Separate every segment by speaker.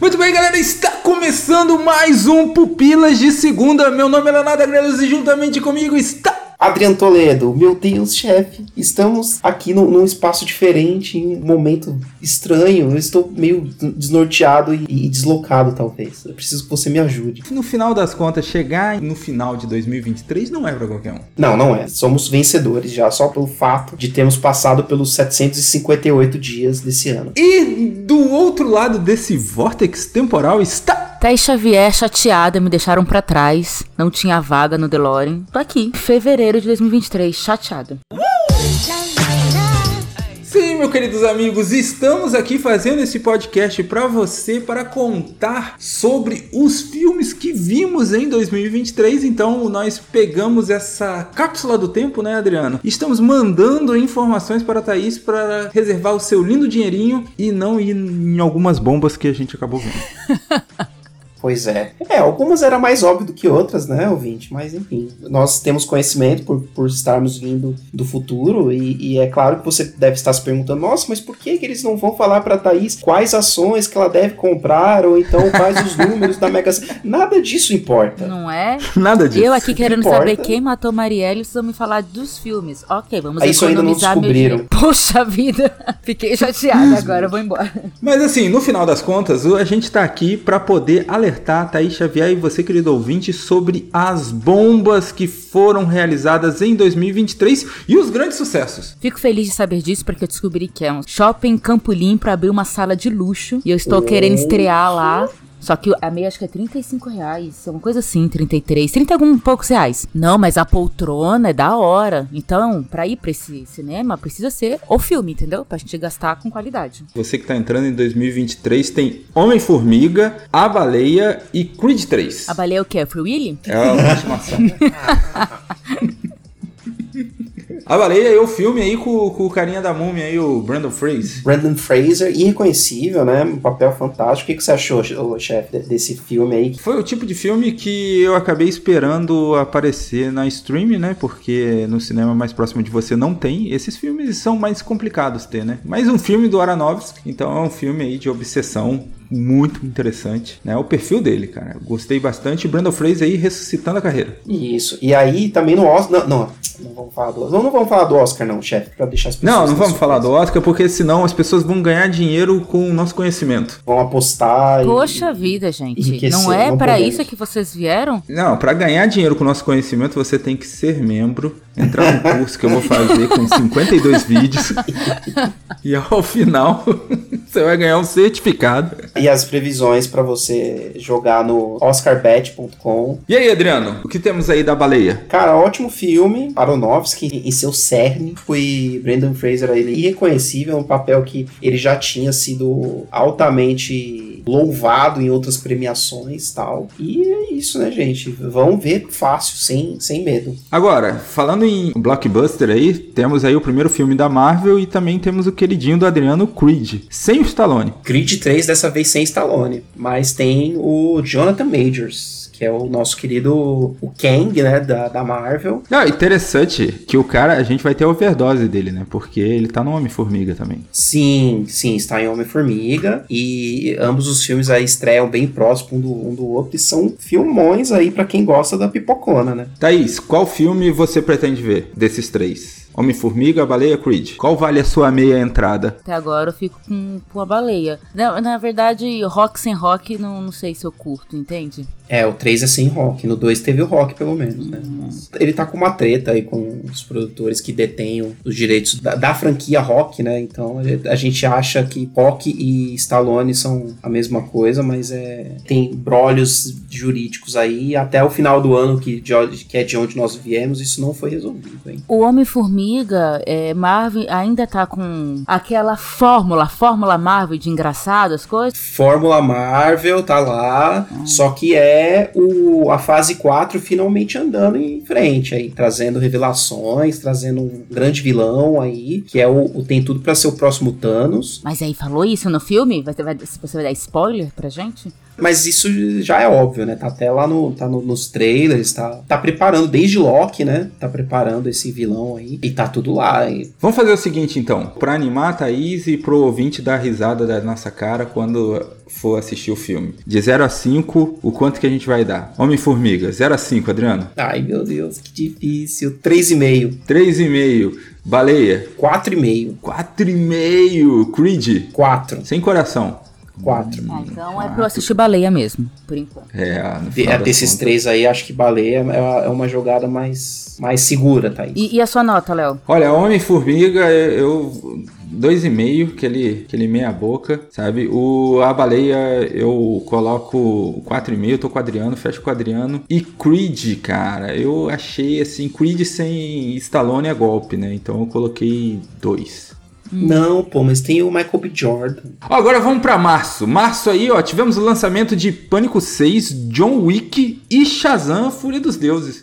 Speaker 1: muito bem, galera, está começando mais um Pupilas de Segunda. Meu nome é Leonardo Agrelos e juntamente comigo está
Speaker 2: Adriano Toledo, meu Deus, chefe, estamos aqui num, num espaço diferente, em um momento estranho. Eu estou meio desnorteado e, e deslocado, talvez. Eu preciso que você me ajude.
Speaker 1: No final das contas, chegar no final de 2023 não é pra qualquer um.
Speaker 2: Não, não é. Somos vencedores já, só pelo fato de termos passado pelos 758 dias desse ano.
Speaker 1: E do outro lado desse vórtex temporal está
Speaker 3: Thaís Xavier, chateada, me deixaram pra trás. Não tinha vaga no DeLorean. Tô aqui, fevereiro de 2023, chateada.
Speaker 1: Sim, meus queridos amigos, estamos aqui fazendo esse podcast para você para contar sobre os filmes que vimos em 2023. Então, nós pegamos essa cápsula do tempo, né, Adriano? Estamos mandando informações para a Thaís para reservar o seu lindo dinheirinho e não ir em algumas bombas que a gente acabou vendo.
Speaker 2: Pois é. É, algumas era mais óbvio do que outras, né, ouvinte? Mas enfim, nós temos conhecimento por, por estarmos vindo do futuro e, e é claro que você deve estar se perguntando, nossa, mas por que, que eles não vão falar para Thaís quais ações que ela deve comprar ou então quais os números da Mega Sena? Nada disso importa.
Speaker 3: Não é?
Speaker 1: Nada disso.
Speaker 3: Eu aqui querendo importa. saber quem matou Marielle, vocês vão me falar dos filmes. Ok, vamos
Speaker 2: Aí Isso ainda não descobriram.
Speaker 3: Poxa vida, fiquei chateada agora, vou embora.
Speaker 1: Mas assim, no final das contas, a gente tá aqui para poder alertar alertar Thaís Xavier e você, querido ouvinte, sobre as bombas que foram realizadas em 2023 e os grandes sucessos.
Speaker 3: Fico feliz de saber disso porque eu descobri que é um shopping Campo Limpo abriu uma sala de luxo e eu estou Oxi. querendo estrear lá. Só que a meia acho que é 35 reais, uma coisa assim, 33, 30 algum poucos reais. Não, mas a poltrona é da hora. Então, pra ir pra esse cinema, precisa ser o filme, entendeu? Pra gente gastar com qualidade.
Speaker 1: Você que tá entrando em 2023 tem Homem-Formiga, A Baleia e Creed 3.
Speaker 3: A Baleia é o quê? É Free Willy?
Speaker 1: É uma estimação. A Baleia é o filme aí com, com o carinha da múmia aí, o Brandon Fraser.
Speaker 2: Brandon Fraser, irreconhecível, né? Um papel fantástico. O que, que você achou, chefe, desse filme aí?
Speaker 1: Foi o tipo de filme que eu acabei esperando aparecer na stream, né? Porque no cinema mais próximo de você não tem. Esses filmes são mais complicados ter, né? Mas um filme do Aronofsky, então é um filme aí de obsessão muito interessante, né? O perfil dele, cara. Gostei bastante. Brandon Fraser aí ressuscitando a carreira.
Speaker 2: Isso. E aí também no Oscar. Não, não, não vamos falar do Oscar. Não vamos falar do Oscar, não, chefe, pra deixar as pessoas.
Speaker 1: Não, não vamos falar do Oscar, porque senão as pessoas vão ganhar dinheiro com o nosso conhecimento.
Speaker 2: Vão apostar.
Speaker 3: Poxa e, vida, gente. Não é para isso que vocês vieram?
Speaker 1: Não, para ganhar dinheiro com o nosso conhecimento, você tem que ser membro, entrar no curso que eu vou fazer com 52 vídeos. e ao final, você vai ganhar um certificado
Speaker 2: e as previsões para você jogar no oscarbet.com.
Speaker 1: E aí, Adriano, o que temos aí da baleia?
Speaker 2: Cara, ótimo filme, Aronofsky em seu cerne, foi Brendan Fraser ele é irreconhecível, um papel que ele já tinha sido altamente louvado em outras premiações tal. E é isso, né, gente? Vão ver fácil, sem, sem medo.
Speaker 1: Agora, falando em blockbuster aí, temos aí o primeiro filme da Marvel e também temos o queridinho do Adriano, Creed, sem o Stallone.
Speaker 2: Creed 3 dessa vez sem Stallone, mas tem o Jonathan Majors, que é o nosso querido o Kang, né, da, da Marvel.
Speaker 1: Ah, interessante que o cara, a gente vai ter a overdose dele, né, porque ele tá no Homem-Formiga também.
Speaker 2: Sim, sim, está em Homem-Formiga e ambos os filmes aí estreiam bem próximo um do, um do outro e são filmões aí para quem gosta da pipocona, né.
Speaker 1: Thaís, qual filme você pretende ver desses três? Homem-Formiga, Baleia, Creed. Qual vale a sua meia entrada?
Speaker 3: Até agora eu fico com, com a baleia. Na, na verdade, rock sem rock, não, não sei se eu curto, entende?
Speaker 2: É, o 3 é sem rock. No 2 teve o rock, pelo menos, né? Hum. Ele tá com uma treta aí com os produtores que detêm os direitos da, da, franquia rock, né? Então a gente acha que rock e Stallone são a mesma coisa, mas é, tem brolhos jurídicos aí. Até o final do ano, que, de, que é de onde nós viemos, isso não foi resolvido, hein?
Speaker 3: O Homem-Formiga Formiga, é, Marvel ainda tá com aquela fórmula, fórmula Marvel de engraçado, as coisas.
Speaker 2: Fórmula Marvel tá lá, ah. só que é o, a fase 4 finalmente andando em frente aí, trazendo revelações, trazendo um grande vilão aí, que é o, o tem tudo para ser o próximo Thanos.
Speaker 3: Mas aí falou isso no filme? Vai ter, vai, você vai dar spoiler pra gente?
Speaker 2: Mas isso já é óbvio, né? Tá até lá no, tá no- nos trailers, tá, tá preparando desde Loki, né? Tá preparando esse vilão aí. E tá tudo lá. E
Speaker 1: Vamos fazer o seguinte então, pra animar a Thaís e pro ouvinte dar risada da nossa cara quando for assistir o filme. De 0 a 5, o quanto que a gente vai dar? Homem-Formiga, 0 a 5, Adriano.
Speaker 2: Ai, meu Deus, que difícil. 3,5.
Speaker 1: 3,5. Baleia,
Speaker 2: 4,5.
Speaker 1: 4,5. Creed,
Speaker 2: 4.
Speaker 1: sem coração.
Speaker 2: 4.
Speaker 3: Ah, então é pra eu assistir baleia mesmo, por enquanto.
Speaker 1: É, no
Speaker 2: De,
Speaker 1: final das
Speaker 2: desses
Speaker 1: contas.
Speaker 2: três aí, acho que baleia é, é uma jogada mais, mais segura, tá aí.
Speaker 3: E, e a sua nota, Léo?
Speaker 1: Olha, Homem-Formiga, eu. 2,5, aquele, aquele meia-boca, sabe? O, a baleia eu coloco 4,5, tô com o Adriano, fecho com o Adriano. E Creed, cara, eu achei assim: Creed sem Stallone é golpe, né? Então eu coloquei 2.
Speaker 2: Não, pô, mas tem o Michael B. Jordan.
Speaker 1: Ó, Agora vamos pra março. Março aí, ó, tivemos o lançamento de Pânico 6, John Wick e Shazam, Fúria dos Deuses.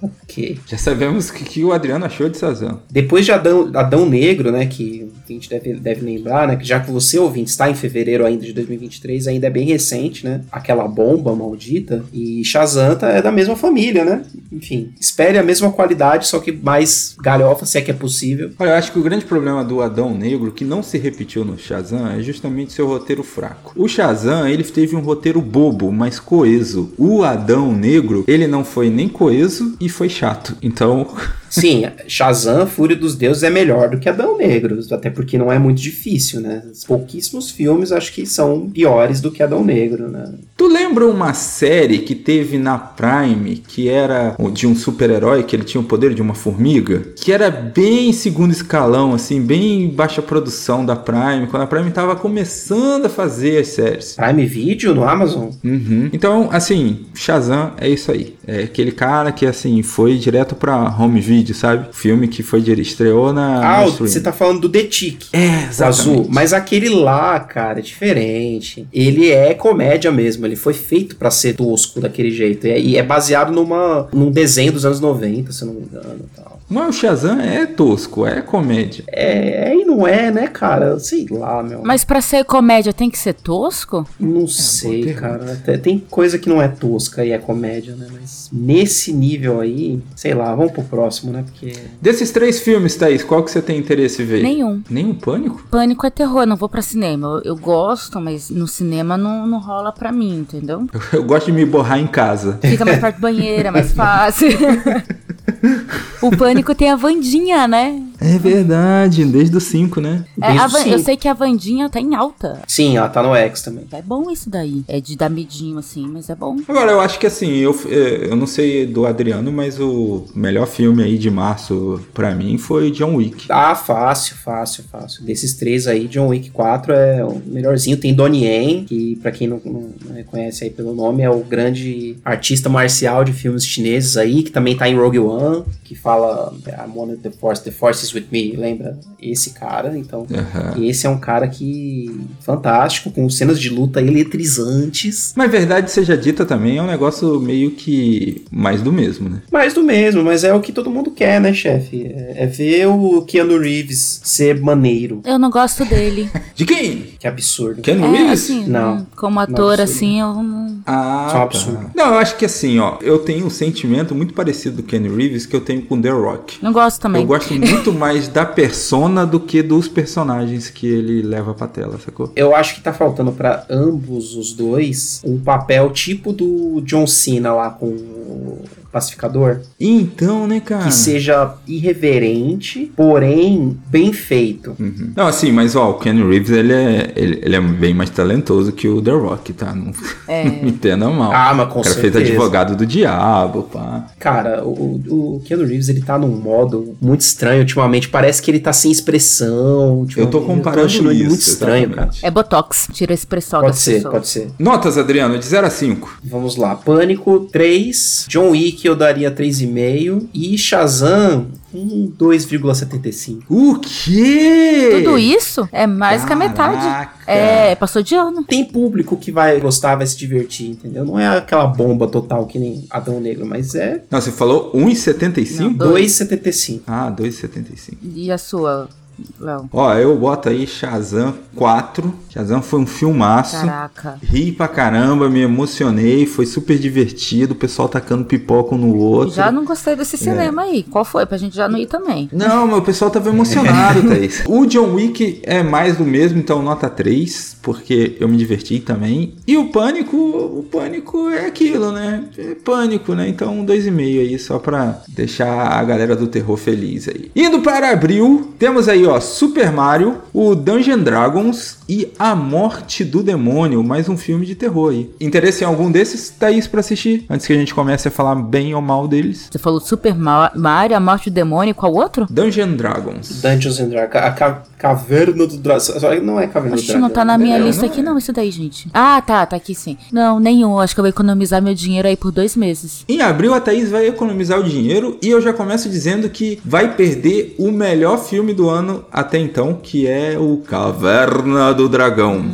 Speaker 2: Ok.
Speaker 1: Já sabemos o que, que o Adriano achou de Shazam.
Speaker 2: Depois de Adão, Adão Negro, né, que a gente deve, deve lembrar, né, que já que você, ouvinte, está em fevereiro ainda de 2023, ainda é bem recente, né, aquela bomba maldita, e Shazam tá- é da mesma família, né, enfim, espere a mesma qualidade, só que mais galhofa, se é que é possível.
Speaker 1: Olha, eu acho que o grande problema do Adão Negro, que não se repetiu no Shazam, é justamente seu roteiro fraco. O Shazam, ele teve um roteiro bobo, mas coeso. O Adão Negro, ele não foi nem coeso e foi chato. Então,
Speaker 2: Sim, Shazam, Fúria dos Deuses, é melhor do que Adão Negro, até porque não é muito difícil, né, pouquíssimos filmes acho que são piores do que Adão Negro, né.
Speaker 1: Tu lembra uma série que teve na Prime que era de um super-herói que ele tinha o poder de uma formiga? Que era bem segundo escalão, assim, bem baixa produção da Prime, quando a Prime tava começando a fazer as séries.
Speaker 2: Prime Video no Amazon?
Speaker 1: Uhum. Então, assim, Shazam é isso aí. É aquele cara que, assim, foi direto pra home video, sabe? Filme que foi dire... estreou na.
Speaker 2: Ah,
Speaker 1: no
Speaker 2: o-
Speaker 1: streaming.
Speaker 2: você tá falando do The Tick.
Speaker 1: É,
Speaker 2: O
Speaker 1: exatamente.
Speaker 2: azul, mas aquele lá, cara, é diferente. Ele é comédia mesmo, ele foi feito pra ser tosco daquele jeito. E é, e é baseado numa, num desenho dos anos 90, se eu não me engano. e Tal.
Speaker 1: Mas o Shazam é tosco, é comédia.
Speaker 2: É, é e não é, né, cara? Sei lá, meu.
Speaker 3: Mas pra ser comédia tem que ser tosco?
Speaker 2: Não sei,
Speaker 1: pergunta.
Speaker 2: cara. Até- Tem coisa que não é tosca e é comédia, né? Mas nesse nível aí, sei lá, vamos pro próximo, né? Porque.
Speaker 1: Desses três filmes, Thaís, qual que você tem interesse em ver?
Speaker 3: Nenhum.
Speaker 1: Nenhum pânico?
Speaker 3: Pânico é terror, não vou pra cinema. Eu, eu gosto, mas no cinema não, não rola pra mim, entendeu?
Speaker 1: Eu gosto de me borrar em casa.
Speaker 3: Fica mais perto do banheiro, é mais fácil. o pânico tem a Vandinha, né?
Speaker 1: É verdade, desde os 5, né?
Speaker 3: É, a
Speaker 2: desde
Speaker 3: Van- eu
Speaker 2: sim.
Speaker 3: sei que a Vandinha tá em alta.
Speaker 2: Sim, ela tá no X também.
Speaker 3: É bom isso daí. É de dar medinho, assim, mas é bom.
Speaker 1: Agora, eu acho que assim, eu, eh, eu não sei do Adriano, mas o melhor filme aí de março pra mim foi John Wick.
Speaker 2: Ah, fácil, fácil, fácil. Desses três aí, John Wick 4 é o melhorzinho. Tem Donnie Yen, que pra quem não, não- não reconhece aí pelo nome, é o grande artista marcial de filmes chineses aí, que também tá em Rogue One, que fala é, I'm one of the force, the force is with me, lembra? Esse cara, então...
Speaker 1: Aham.
Speaker 2: Esse é um cara que... Fantástico, com cenas de luta eletrizantes.
Speaker 1: Mas verdade seja dita também, é um negócio meio que mais do mesmo, né?
Speaker 2: Mais do mesmo, mas é o que todo mundo quer, né, chefe? É, é ver o Keanu Reeves ser maneiro.
Speaker 3: Eu não gosto dele.
Speaker 1: De quem?
Speaker 2: Que absurdo.
Speaker 1: Ken
Speaker 3: É,
Speaker 1: Reeves?
Speaker 3: assim,
Speaker 2: Não.
Speaker 3: não- como
Speaker 2: Não,
Speaker 3: ator,
Speaker 2: absurdo.
Speaker 3: assim, eu não.
Speaker 1: Ah,
Speaker 2: Isso é um
Speaker 1: tá.
Speaker 2: absurdo.
Speaker 1: Não, eu acho que assim, ó, eu tenho um sentimento muito parecido do Ken Reeves que eu tenho com The Rock.
Speaker 3: Não gosto também.
Speaker 1: Eu gosto muito mais da persona do que dos personagens que ele leva pra tela, sacou?
Speaker 2: Eu acho que tá faltando pra ambos os dois um papel tipo do John Cena lá com o Pacificador,
Speaker 1: Então, né, cara?
Speaker 2: que seja irreverente, porém bem feito.
Speaker 1: Uhum. Não, assim, mas ó, o Ken Reeves ele é, ele, ele é bem mais talentoso que o The Rock, tá? Não
Speaker 3: É.
Speaker 1: me entenda mal.
Speaker 2: Ah, mas com
Speaker 1: o cara é
Speaker 2: certeza.
Speaker 1: fez advogado do diabo, pá.
Speaker 2: Cara, o, o o Keanu Reeves ele tá num modo muito estranho ultimamente. Parece que ele tá sem expressão.
Speaker 1: Eu
Speaker 2: ultimamente.
Speaker 1: tô comparando
Speaker 2: achando ele
Speaker 1: isso.
Speaker 2: muito estranho, cara.
Speaker 1: exatamente.
Speaker 3: É botox, tira a expressão
Speaker 2: Pode
Speaker 3: das
Speaker 2: ser,
Speaker 3: pessoas.
Speaker 2: pode ser.
Speaker 1: Notas, Adriano, de 0 a 5.
Speaker 2: Vamos lá. Pânico 3. John Wick eu daria 3,5. E Shazam, um 2,75.
Speaker 1: O quê?
Speaker 3: Tudo isso é mais que a metade.
Speaker 1: Caraca.
Speaker 3: É, passou de ano.
Speaker 2: tem público que vai gostar, vai se divertir, entendeu? Não é aquela bomba total que nem Adão Negro, mas é
Speaker 1: um Não, você falou 1,75?
Speaker 3: Não, dois.
Speaker 2: 2,75.
Speaker 1: Ah, 2,75.
Speaker 3: E a sua Léo.
Speaker 1: Ó, eu boto aí Shazam 4. Shazam foi um filmaço.
Speaker 3: Caraca.
Speaker 1: Ri pra caramba, me emocionei, foi super divertido, o pessoal tacando pipoca um no outro.
Speaker 3: Já não gostei desse cinema aí. Qual foi? Pra gente já não ir também.
Speaker 1: Não, mas o pessoal tava emocionado, Thaís. O John Wick é mais do mesmo, então nota 3, porque eu me diverti também. E o Pânico, o Pânico é aquilo, né? É Pânico, né? Então um 2,5 aí, só pra deixar a galera do terror feliz aí. Indo para abril, temos aí, ó, Super Mario, o Dungeon Dragons e A Morte do Demônio, mais um filme de terror aí. Interesse em algum desses? Thaís pra assistir, antes que a gente comece a falar bem ou mal deles.
Speaker 3: Você falou Super Ma- Mario, A Morte do Demônio, qual outro?
Speaker 1: Dungeon Dragons.
Speaker 2: Dungeons and Dragons. A ca- caverna do dragão. Não é caverna do
Speaker 3: Acho que
Speaker 2: dragão.
Speaker 3: não tá na minha
Speaker 1: Não,
Speaker 3: lista
Speaker 1: não
Speaker 3: aqui, não, isso daí, gente. Ah, tá, tá aqui sim. Não, nenhum. Acho que eu vou economizar meu dinheiro aí por dois meses.
Speaker 1: Em abril, a Thaís vai economizar o dinheiro e eu já começo dizendo que vai perder o melhor filme do ano até então, que é o Caverna do Dragão.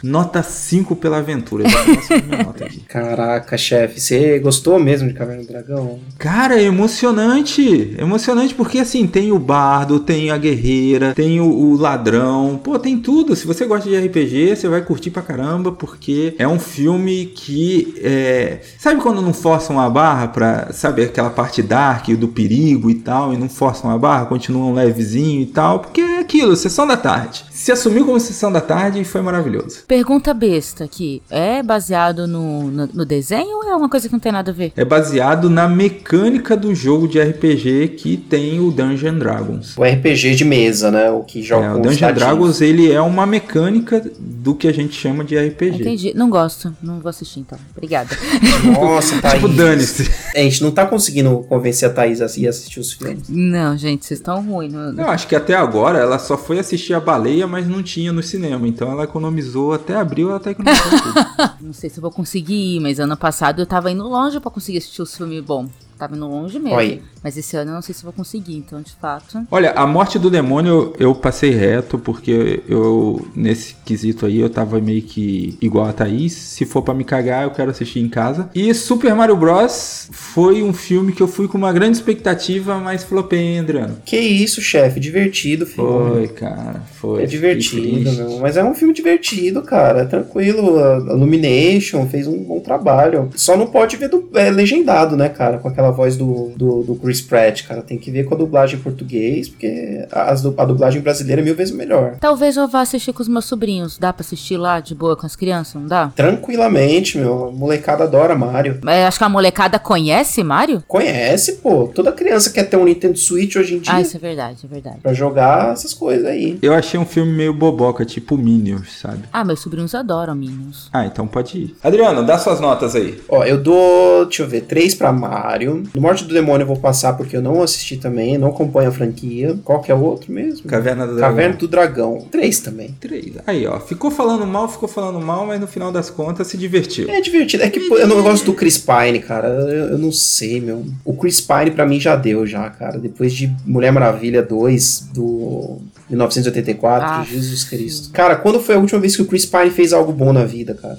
Speaker 1: Nota 5 pela aventura. Eu já começo com a minha nota aqui.
Speaker 2: Caraca, chefe, você gostou mesmo de Caverna do Dragão?
Speaker 1: Cara, é emocionante. É Emocionante porque assim, tem o bardo, tem a guerreira, tem o, o ladrão, pô, tem tudo. Se você gosta de RPG, você vai curtir pra caramba, porque é um filme que é. Sabe quando não forçam a barra pra. Sabe aquela parte dark do perigo e tal, e não forçam a barra, continuam levezinho e tal? Porque é aquilo, sessão da tarde. Se assumiu como sessão da tarde e foi maravilhoso.
Speaker 3: Pergunta besta aqui. É baseado no, no, no desenho ou é uma coisa que não tem nada a ver?
Speaker 1: É baseado na mecânica do jogo de RPG que tem o Dungeon Dragons.
Speaker 2: O RPG de mesa, né? O que joga
Speaker 1: É, o
Speaker 2: com os
Speaker 1: Dungeon
Speaker 2: dadinhos.
Speaker 1: Dragons ele é uma mecânica do que a gente chama de RPG.
Speaker 3: Entendi. Não gosto. Não vou assistir então. Obrigada.
Speaker 2: Nossa, Thaís.
Speaker 1: Tipo, dane-se.
Speaker 2: A gente não tá conseguindo convencer a Thaís a ir assistir os filmes.
Speaker 3: não, gente, vocês estão ruins. Não-
Speaker 1: Eu acho que até agora ela só foi assistir a baleia, mas não tinha no cinema. Então ela economizou até abril, ela tá economizando tudo.
Speaker 3: Não sei se eu vou conseguir ir, mas ano passado eu tava indo longe pra conseguir assistir os filmes bom. Tava indo longe mesmo.
Speaker 2: Olha aí.
Speaker 3: Mas esse ano eu não sei se eu vou conseguir, então de fato.
Speaker 1: Olha, a morte do demônio eu passei reto, porque eu, nesse quesito aí, eu tava meio que igual a Thaís. Se for pra me cagar, eu quero assistir em casa. E Super Mario Bros. foi um filme que eu fui com uma grande expectativa, mas flopei, hein, Adriano?
Speaker 2: Que isso, chefe, divertido, filho.
Speaker 1: Foi, cara, foi. Fiquei
Speaker 2: É divertido,
Speaker 1: triste.
Speaker 2: meu. Mas é um filme divertido, cara. É tranquilo. A Illumination fez um bom trabalho. Só não pode ver do, é, legendado, né, cara? Com aquela voz do, do, do Chris Pratt, cara. Tem que ver com a dublagem em português, porque a, as du- a dublagem brasileira é mil vezes melhor.
Speaker 3: Talvez eu vá assistir com os meus sobrinhos. Dá pra assistir lá de boa com as crianças? Não dá?
Speaker 2: Tranquilamente, meu. A molecada adora Mario.
Speaker 3: Mas É, acho que a molecada conhece Mario?
Speaker 2: Conhece, pô. Toda criança quer ter um Nintendo Switch hoje em dia
Speaker 3: Ah, isso é verdade, é verdade.
Speaker 2: pra jogar essas coisas aí.
Speaker 1: Eu achei um filme meio boboca, tipo Minions, sabe?
Speaker 3: Ah, meus sobrinhos adoram Minions.
Speaker 1: Ah, então pode ir. Adriano, dá suas notas aí.
Speaker 2: Ó, eu dou, deixa eu ver, três pra Mario. No Morte do Demônio eu vou passar porque eu não assisti também, não acompanho a franquia. Qual que é o outro mesmo?
Speaker 1: Caverna do Dragão.
Speaker 2: Caverna do Dragão. Três também.
Speaker 1: Três. Aí, ó. Ficou falando mal, ficou falando mal, mas no final das contas se divertiu.
Speaker 2: É divertido. É que pô, eu não gosto do Chris Pine, cara. Eu, eu não sei, meu. O Chris Pine pra mim já deu, já, cara. Depois de Mulher Maravilha 2 do 1984,
Speaker 3: Ah,
Speaker 2: Jesus Cristo. Cara, quando foi a última vez que o Chris Pine fez algo bom na vida, cara?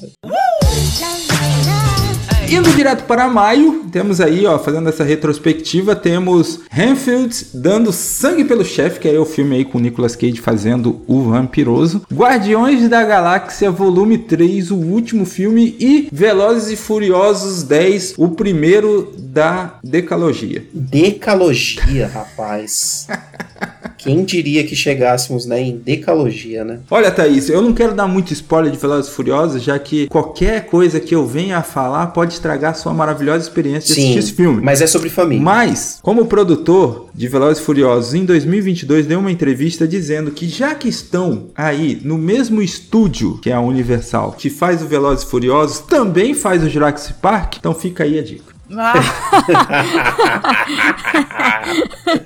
Speaker 1: Indo direto para maio, temos aí, ó, fazendo essa retrospectiva, temos Hanfield dando sangue pelo chefe, que é o filme aí com o Nicolas Cage fazendo o vampiroso. Guardiões da Galáxia Volume 3, o último filme e Velozes e Furiosos 10, o primeiro da decalogia.
Speaker 2: Decalogia, rapaz. Quem diria que chegássemos, né, em decalogia, né?
Speaker 1: Olha, Thaís, eu não quero dar muito spoiler de Velozes e Furiosos, já que qualquer coisa que eu venha a falar pode estragar sua maravilhosa experiência de assistir esse filme.
Speaker 2: Mas é sobre família.
Speaker 1: Mas, como produtor de Velozes e Furiosos, em 2022 deu uma entrevista dizendo que já que estão aí no mesmo estúdio que é a Universal, que faz o Velozes e Furiosos, também faz o Jurassic Park, então fica aí a dica.
Speaker 3: Ah,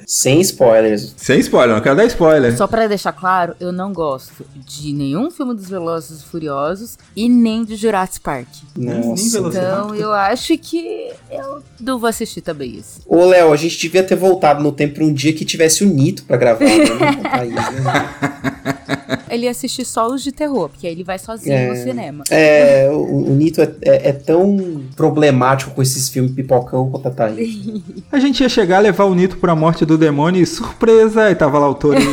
Speaker 2: Sem spoilers.
Speaker 1: Sem spoiler, não quero dar spoiler.
Speaker 3: só pra deixar claro, eu não gosto de nenhum filme dos Velozes e Furiosos e nem do Jurassic Park.
Speaker 1: nem
Speaker 2: Nossa.
Speaker 1: velocidade.
Speaker 3: Então eu acho que eu não vou assistir também esse.
Speaker 2: Ô, Léo, a gente tá devia ter voltado no tempo pra um dia que tivesse o Nito pra gravar. Né? Aí, né?
Speaker 3: ele assiste só os de terror, porque aí ele vai sozinho
Speaker 2: É.
Speaker 3: no cinema.
Speaker 2: É, o, o Nito é, é- é tão problemático com esses filmes pipocão quanto a Thaís.
Speaker 1: A gente ia chegar, levar o Nito pra morte do demônio e surpresa! E tava lá o Torito,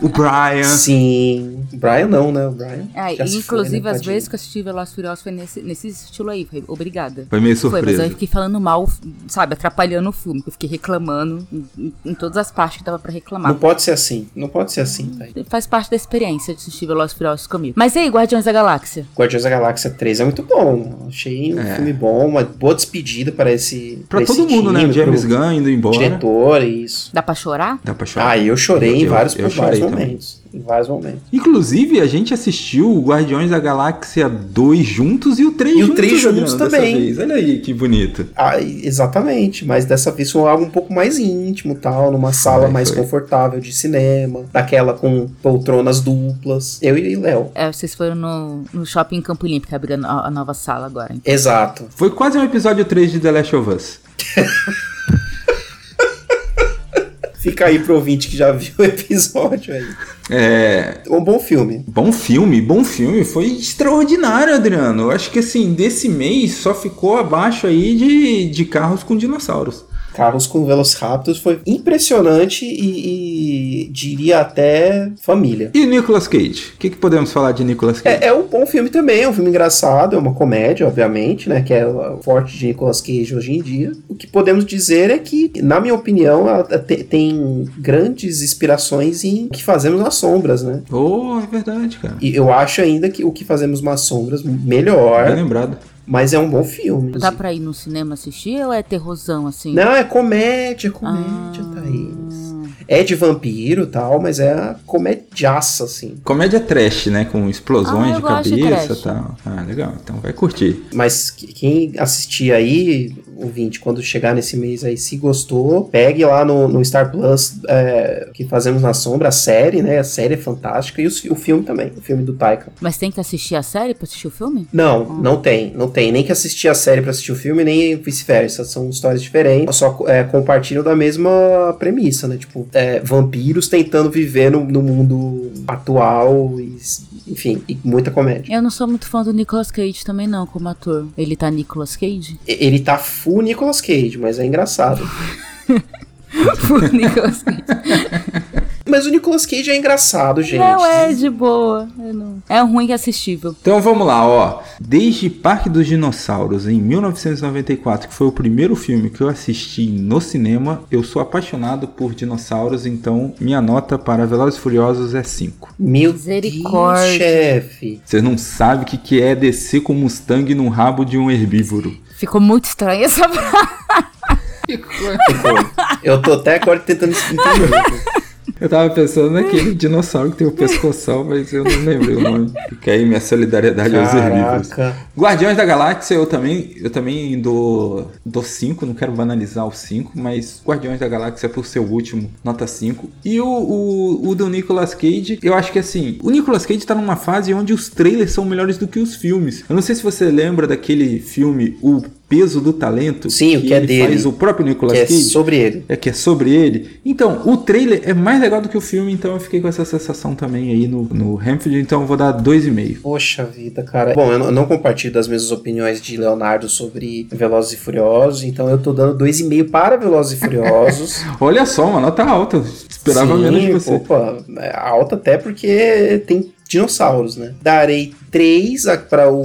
Speaker 1: o Brian.
Speaker 2: Sim. O Brian não, né? O Brian.
Speaker 3: Ah,
Speaker 2: já se
Speaker 3: e inclusive,
Speaker 2: foi, né,
Speaker 3: às vezes
Speaker 2: tadinho.
Speaker 3: que eu assisti Velozes e Furiosos foi nesse, nesse estilo aí. Foi, obrigada.
Speaker 1: Foi meio
Speaker 3: Foi, mas aí eu
Speaker 1: surpresa.
Speaker 3: fiquei falando mal, sabe, atrapalhando o filme. que Eu fiquei reclamando em, em- em todas as partes que dava pra reclamar.
Speaker 2: Não pode ser assim. Não pode ser assim, Thaís.
Speaker 3: Faz parte da experiência de assistir Velozes e Furiosos comigo. Mas e aí, Guardiões da Galáxia?
Speaker 2: Guardiões da Galáxia 3 é muito bom. né? Achei um
Speaker 1: É.
Speaker 2: filme bom, uma boa despedida para esse.
Speaker 1: Pra
Speaker 2: pra
Speaker 1: todo
Speaker 2: esse
Speaker 1: mundo, né? O
Speaker 2: time,
Speaker 1: James
Speaker 2: pro
Speaker 1: Gunn né? indo embora.
Speaker 2: Diretor, isso.
Speaker 3: Dá pra chorar?
Speaker 1: Dá pra chorar.
Speaker 2: Ah, eu chorei em
Speaker 1: Eu-
Speaker 2: vários,
Speaker 1: eu
Speaker 2: por vários
Speaker 1: chorei também.
Speaker 2: momentos. Em vários momentos.
Speaker 1: Inclusive, a gente assistiu o Guardiões da Galáxia 2 juntos e o 3
Speaker 2: E o
Speaker 1: juntos.
Speaker 2: 3 juntos
Speaker 1: Adriano, dessa
Speaker 2: também.
Speaker 1: vez. Olha aí que bonito.
Speaker 2: Ah, exatamente, mas dessa vez foi algo um pouco mais íntimo, tal, numa sala mais
Speaker 1: foi.
Speaker 2: confortável de cinema, daquela com poltronas duplas. Eu e Léo.
Speaker 3: É, vocês foram no, no shopping em Campo Limpo, que abriu a, no- a nova sala agora.
Speaker 2: Exato.
Speaker 1: Foi quase um episódio 3 de The Last of Us.
Speaker 2: Fica aí pro ouvinte que já viu o episódio aí.
Speaker 1: É.
Speaker 2: Um bom filme.
Speaker 1: Bom filme, bom filme. Foi extraordinário, Adriano. Eu acho que assim, desse mês só ficou abaixo aí de, de carros com dinossauros.
Speaker 2: Carros com Velociraptors foi impressionante e, e diria até família.
Speaker 1: E o Nicolas Cage? O que, que podemos falar de Nicolas Cage?
Speaker 2: É, é um bom filme também, é um filme engraçado, é uma comédia, obviamente, né? Que é o forte de Nicolas Cage hoje em dia. O que podemos dizer é que, na minha opinião, ela te- tem grandes inspirações em O que fazemos nas sombras, né?
Speaker 1: Oh, é verdade, cara.
Speaker 2: E eu acho ainda que o que fazemos nas sombras
Speaker 1: Bem
Speaker 2: melhor,
Speaker 1: lembrado.
Speaker 2: mas é um bom filme.
Speaker 3: Dá pra ir no cinema assistir ou é terrorzão assim?
Speaker 2: Não, é comédia, é comédia,
Speaker 3: Ah.
Speaker 2: Thaís. É de vampiro e tal, mas é a comediaça, assim.
Speaker 1: Comédia trash, né? Com explosões
Speaker 3: Ah, eu
Speaker 1: de
Speaker 3: gosto de
Speaker 1: cabeça
Speaker 3: trash.
Speaker 1: e tal. Ah, legal. Então vai curtir.
Speaker 2: Mas que- quem assistir aí, ouvinte, quando chegar nesse mês aí, se gostou, pegue lá no, no Star Plus é, que fazemos na sombra a série, né? A série é fantástica e os fi- o, filme também, o filme do Taika.
Speaker 3: Mas tem que assistir a série pra assistir o filme?
Speaker 2: Não, não tem, não tem. Nem que assistir a série pra assistir o filme, nem vice-versa. São histórias diferentes, só é, compartilham da mesma premissa, né? Tipo, é, vampiros tentando viver no, no mundo atual, e, s- enfim, e muita comédia.
Speaker 3: Eu não sou muito fã do Nicolas Cage também não, como ator. Ele tá Nicolas Cage?
Speaker 2: E- Ele tá full Nicolas Cage, mas é engraçado.
Speaker 3: Nicolas Cage.
Speaker 2: Mas o Nicolas Cage é engraçado, gente.
Speaker 3: Não é de boa. Eu não- É ruim que é assistível.
Speaker 1: Então vamos lá, ó. Desde Parque dos Dinossauros, em 1994, que foi o primeiro filme que eu assisti no cinema, eu sou apaixonado por dinossauros, então minha nota para Velozes e Furiosos é 5.
Speaker 2: Meu
Speaker 3: Misericórdia.
Speaker 2: Deus, chefe.
Speaker 1: Vocês não sabem o que que é descer com um Mustang num rabo de um herbívoro.
Speaker 3: Ficou muito estranha essa frase.
Speaker 2: Ficou. Eu tô até agora tentando entender.
Speaker 1: Eu tava pensando naquele dinossauro que tem o pescoção, mas eu não lembrei o nome. Fica aí minha solidariedade aos herbívoros.
Speaker 2: Caraca. é
Speaker 1: Guardiões da Galáxia, eu também, eu também dou, dou 5, não quero banalizar o 5, mas Guardiões da Galáxia por ser o último, nota 5. E o, o, o do Nicolas Cage, eu acho que assim, o Nicolas Cage tá numa fase onde os trailers são melhores do que os filmes. Eu não sei se você lembra daquele filme O Peso do Talento,
Speaker 2: Sim, o que é
Speaker 1: ele
Speaker 2: dele,
Speaker 1: faz o próprio Nicolas
Speaker 2: Que é
Speaker 1: Cage.
Speaker 2: sobre ele.
Speaker 1: É que é sobre ele. Então, o trailer é mais legal do que o filme, então eu fiquei com essa sensação também aí no, no Hamfield, então eu vou dar 2,5.
Speaker 2: Poxa vida, cara. Bom, eu não- eu não compartilho das mesmas opiniões de Leonardo sobre Velozes e Furiosos, então eu tô dando 2,5 para Velozes e Furiosos.
Speaker 1: Olha só, uma nota alta. Esperava
Speaker 2: Sim,
Speaker 1: menos de você.
Speaker 2: Opa, é alta até porque tem dinossauros, né? Darei 3 para o,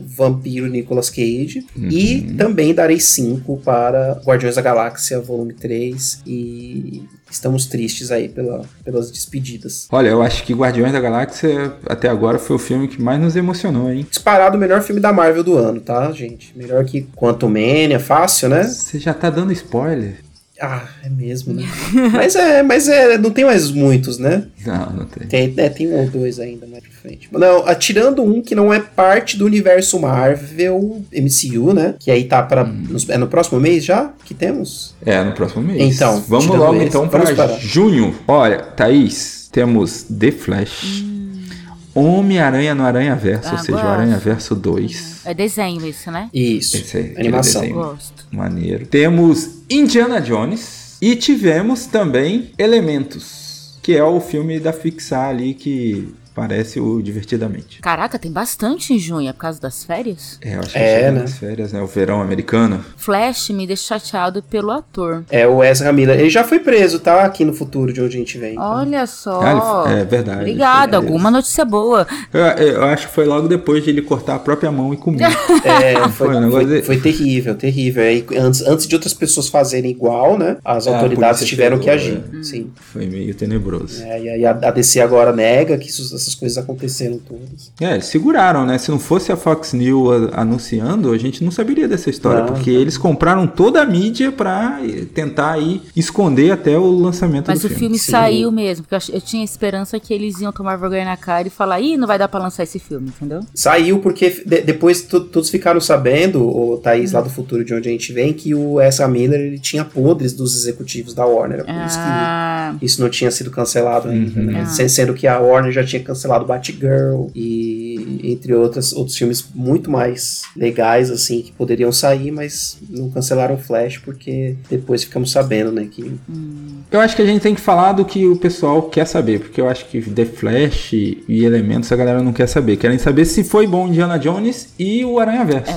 Speaker 2: o vampiro Nicolas Cage
Speaker 1: Uhum.
Speaker 2: e também darei 5 para Guardiões da Galáxia volume 3 e estamos tristes aí pela, pelas despedidas.
Speaker 1: Olha, eu acho que Guardiões da Galáxia até agora foi o filme que mais nos emocionou, hein?
Speaker 2: Disparado o melhor filme da Marvel do ano, tá, gente? Melhor que Quantum Mania, fácil, né?
Speaker 1: Você já tá dando spoiler?
Speaker 2: Ah, é mesmo, né? mas é, mas é, não tem mais muitos, né?
Speaker 1: Não, não tem.
Speaker 2: Tem, é, tem um ou dois ainda mais pra frente. Não, atirando um que não é parte do universo Marvel MCU, né? Que aí tá para é no próximo mês já que temos?
Speaker 1: É, no próximo mês.
Speaker 2: Então,
Speaker 1: vamos
Speaker 2: tirando
Speaker 1: logo
Speaker 2: esse,
Speaker 1: então
Speaker 2: vamos
Speaker 1: para
Speaker 2: parar.
Speaker 1: junho. Olha, Thaís, temos The Flash, Homem-Aranha no Aranha Verso, ou
Speaker 3: Ah,
Speaker 1: seja, o
Speaker 3: gosto.
Speaker 1: Aranha Verso 2.
Speaker 3: É desenho isso, né?
Speaker 2: Isso.
Speaker 1: Esse aí, aquele
Speaker 2: Animação.
Speaker 1: desenho.
Speaker 3: Gosto.
Speaker 1: Maneiro. Temos Indiana Jones e tivemos também Elementos. que é o filme da Fixar ali que parece o Divertidamente.
Speaker 3: Caraca, tem bastante em junho, é por causa das férias?
Speaker 1: É, eu acho que
Speaker 2: É,
Speaker 1: chega
Speaker 2: né?
Speaker 1: nas férias, né? O verão americano.
Speaker 3: Flash me deixa chateado pelo ator.
Speaker 2: É o Ezra Miller. Ele já foi preso, tá? Aqui no futuro, de onde a gente vem. então.
Speaker 3: Olha só.
Speaker 1: Ah, ele- é verdade.
Speaker 3: Obrigado,
Speaker 1: É.
Speaker 3: alguma notícia boa.
Speaker 1: Eu, eu acho que foi logo depois de ele cortar a própria mão e comer. Ah,
Speaker 2: É, foi,
Speaker 1: Foi, o negócio
Speaker 2: foi,
Speaker 1: de-
Speaker 2: foi terrível, terrível. Aí, antes, antes de outras pessoas fazerem igual, né? As
Speaker 1: É, a
Speaker 2: autoridades
Speaker 1: polícia
Speaker 2: tiveram que
Speaker 1: pegou,
Speaker 2: agir. Sim.
Speaker 1: é. Foi meio tenebroso.
Speaker 2: É, e aí a, a DC agora nega que isso- essas coisas aconteceram todas.
Speaker 1: É, eles seguraram, né? Se não fosse a Fox News a- anunciando, a gente não saberia dessa história,
Speaker 2: Não,
Speaker 1: porque
Speaker 2: não.
Speaker 1: eles compraram toda a mídia pra eh, tentar aí esconder até o lançamento
Speaker 3: Mas
Speaker 1: do
Speaker 3: o
Speaker 1: filme.
Speaker 3: filme
Speaker 2: sim.
Speaker 3: saiu mesmo, porque eu ach- eu tinha esperança que eles iam tomar vergonha na cara e falar, ih, não vai dar pra lançar esse filme, entendeu?
Speaker 2: Saiu porque de- depois to- todos ficaram sabendo, o Thaís lá do
Speaker 3: Hum.
Speaker 2: futuro de onde a gente vem, que o Ezra Miller ele tinha podres dos executivos da Warner. é Por isso que
Speaker 3: Ah,
Speaker 2: isso não tinha sido cancelado ainda,
Speaker 1: Uhum.
Speaker 2: né?
Speaker 3: Ah.
Speaker 2: Se- Sendo que a Warner já tinha cancelado Batgirl e entre outras, outros filmes muito mais legais, assim, que poderiam sair, mas não cancelaram o Flash porque depois ficamos sabendo, né, que
Speaker 1: Eu acho que a gente tem que falar do que o pessoal quer saber, porque eu acho que The Flash e Elementos a galera não quer saber. Querem saber se foi bom Indiana Jones e o Aranha Verso.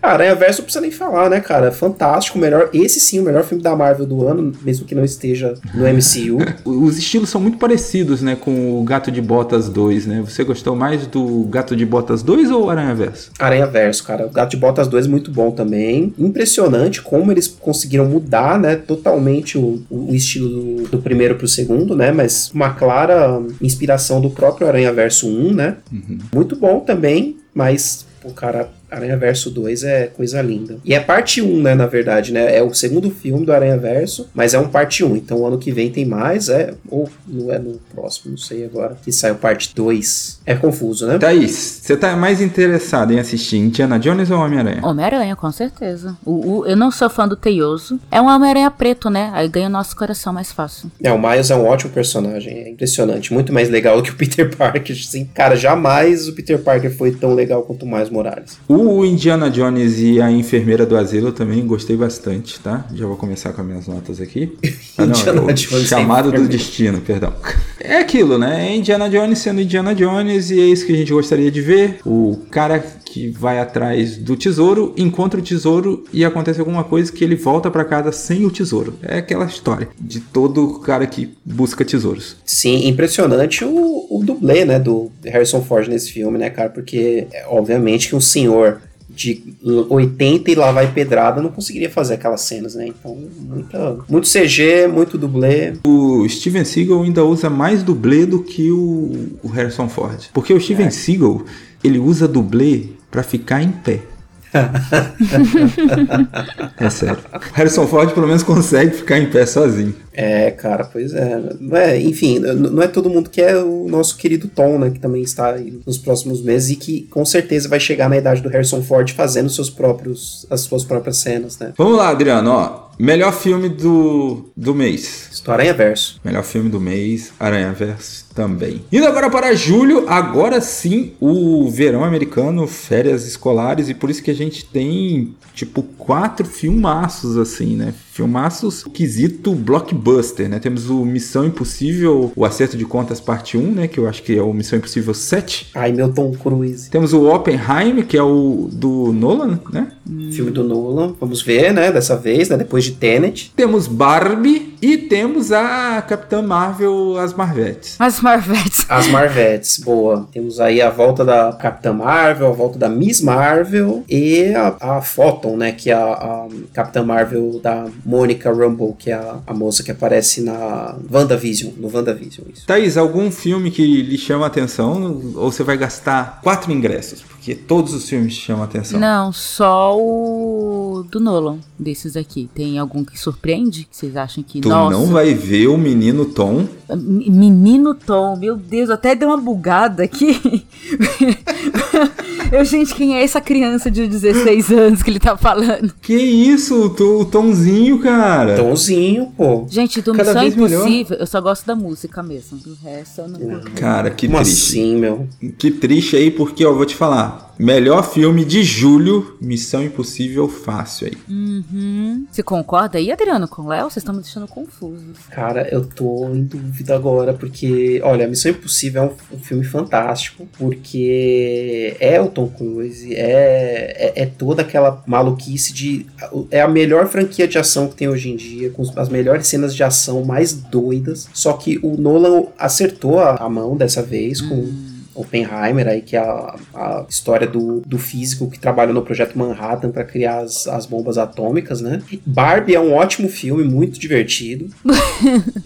Speaker 2: Ah, Aranha Verso não precisa nem falar, né, cara? Fantástico, o melhor. Esse sim, o melhor filme da Marvel do ano, mesmo que não esteja no MCU.
Speaker 1: Os estilos são muito parecidos, né, com o Gato de Botas 2, né? Você gostou mais do Gato de Botas 2 ou Aranha Verso?
Speaker 2: Aranha Verso, cara. O Gato de Botas 2 é muito bom também. Impressionante como eles conseguiram mudar, né, totalmente o, o estilo do, do primeiro pro segundo, né, mas uma clara inspiração do próprio Aranha Verso 1, né? Muito bom também, mas, pô, cara, Aranha Verso 2 é coisa linda. E é parte 1, né, na verdade, né? É o segundo filme do Aranha Verso, mas é um parte 1. Então, ano que vem tem mais, é. Ou não é no próximo, não sei agora. Que saiu parte 2. É confuso, né?
Speaker 1: Thaís, você tá mais interessado em assistir Indiana Jones ou Homem-Aranha?
Speaker 3: Homem-Aranha, com certeza. O, o- eu não sou fã do Teioso. É um Homem-Aranha preto, né? Aí ganha o nosso coração mais fácil.
Speaker 2: É, o Miles é um ótimo personagem, é impressionante. Muito mais legal do que o Peter Parker, assim. Cara, jamais o Peter Parker foi tão legal quanto o Miles Morales.
Speaker 1: O Indiana Jones e a Enfermeira do Asilo eu também gostei bastante, tá? Já vou começar com as minhas notas aqui. Ah,
Speaker 2: Indiana
Speaker 1: o
Speaker 2: Jones e
Speaker 1: Chamado do
Speaker 2: Enfermeira.
Speaker 1: Destino, perdão. É aquilo, né? É Indiana Jones sendo Indiana Jones e é isso que a gente gostaria de ver. O cara que vai atrás do tesouro, encontra o tesouro e acontece alguma coisa que ele volta pra casa sem o tesouro. É aquela história de todo cara que busca tesouros.
Speaker 2: Sim, impressionante o, o dublê, né, do Harrison Ford nesse filme, né, cara? Porque, é, obviamente, que um senhor de 80 e lá vai pedrada não conseguiria fazer aquelas cenas, né? Então, muita, muito CG, muito dublê.
Speaker 1: O Steven Seagal ainda usa mais dublê do que o, o Harrison Ford. Porque o Steven Seagal, ele usa dublê pra ficar em pé. é sério. Harrison Ford pelo menos consegue ficar em pé sozinho.
Speaker 2: É, cara, pois é. Não é enfim, n- não é todo mundo que é o nosso querido Tom, né? Que também está aí nos próximos meses e que com certeza vai chegar na idade do Harrison Ford fazendo seus próprios, as suas próprias cenas, né?
Speaker 1: Vamos lá, Adriano, ó. Melhor filme do, do mês.
Speaker 2: História é verso.
Speaker 1: Melhor filme do mês, Aranha Verso também. Indo agora para julho, agora sim o verão americano, férias escolares, e por isso que a gente tem, tipo, quatro filmaços, assim, né? Filmaços quesito blockbuster, né? Temos o Missão Impossível, o Acerto de Contas Parte 1, né? Que eu acho que é o Missão Impossível 7.
Speaker 2: Ai, meu Tom Cruise.
Speaker 1: Temos o Oppenheim, que é o do Nolan, né?
Speaker 2: Filme do Nolan. Vamos ver, né? Dessa vez, né? Depois de Tenet.
Speaker 1: Temos Barbie e temos a Capitã Marvel, as Marvettes.
Speaker 3: Mas Marvettes.
Speaker 2: As Marvettes, boa. Temos aí a volta da Capitã Marvel, a volta da Miss Marvel e a, a Photon, né? Que é a, a Capitã Marvel da Monica Rambeau, que é a, a moça que aparece na WandaVision, no WandaVision, isso.
Speaker 1: Thaís, algum filme que lhe chama a atenção ou você vai gastar quatro ingressos? Porque todos os filmes te chamam a atenção.
Speaker 3: Não, só o do Nolan, desses aqui. Tem algum que surpreende? Que vocês acham que,
Speaker 1: Tu
Speaker 3: nossa,
Speaker 1: não vai ver o Menino Tom.
Speaker 3: M- Menino Tom, meu Deus, até deu uma bugada aqui. Eu, gente, quem é essa criança de 16 anos que ele tá falando?
Speaker 1: Que isso, o To- o Tomzinho, cara.
Speaker 2: Tomzinho, pô.
Speaker 3: Gente, do
Speaker 1: Cada
Speaker 3: Missão
Speaker 1: vez melhor. É.
Speaker 3: Impossível, eu só gosto da música mesmo. Do resto, eu não.
Speaker 1: Cara, que
Speaker 2: Como
Speaker 1: triste.
Speaker 2: assim, meu?
Speaker 1: Que triste aí, porque ó, vou te falar. Melhor filme de julho, Missão Impossível Fácil aí.
Speaker 3: Uhum. Você concorda aí, Adriano, com o Léo? Vocês estão me deixando confuso.
Speaker 2: Cara, eu tô em dúvida agora, porque, olha, Missão Impossível é um, um filme fantástico, porque é o Tom Cruise, é, é, é toda aquela maluquice de. É a melhor franquia de ação que tem hoje em dia, com as melhores cenas de ação mais doidas. Só que o Nolan acertou a, a mão dessa vez com. Hum. Oppenheimer, aí, que é a, a história do, do físico que trabalhou no projeto Manhattan para criar as, as bombas atômicas, né? Barbie é um ótimo filme, muito divertido,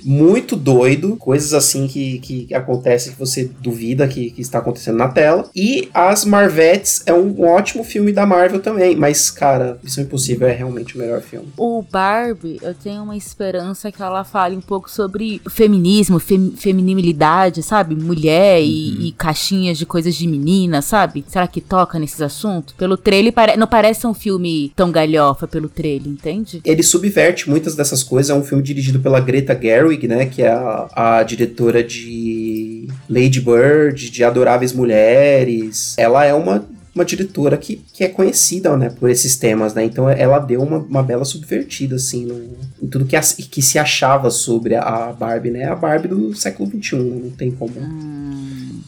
Speaker 2: muito doido, coisas assim que, que acontecem que você duvida que, que está acontecendo na tela. E As Marvettes é um ótimo filme da Marvel também, mas, cara, Missão Impossível é realmente o melhor filme.
Speaker 3: O Barbie, eu tenho uma esperança que ela fale um pouco sobre feminismo, fem, feminilidade, sabe? Mulher uhum. e, e cachorro caixinhas de coisas de menina, sabe? Será que toca nesses assuntos? Pelo trailer, pare... não parece um filme tão galhofa pelo trailer, entende?
Speaker 2: Ele subverte muitas dessas coisas. É um filme dirigido pela Greta Gerwig, né? Que é a, a diretora de Lady Bird, de Adoráveis Mulheres. Ela é uma uma diretora que, que é conhecida, né, por esses temas, né, então ela deu uma, uma bela subvertida, assim, no, em tudo que, a, que se achava sobre a Barbie, né, a Barbie do século XXI, não tem como...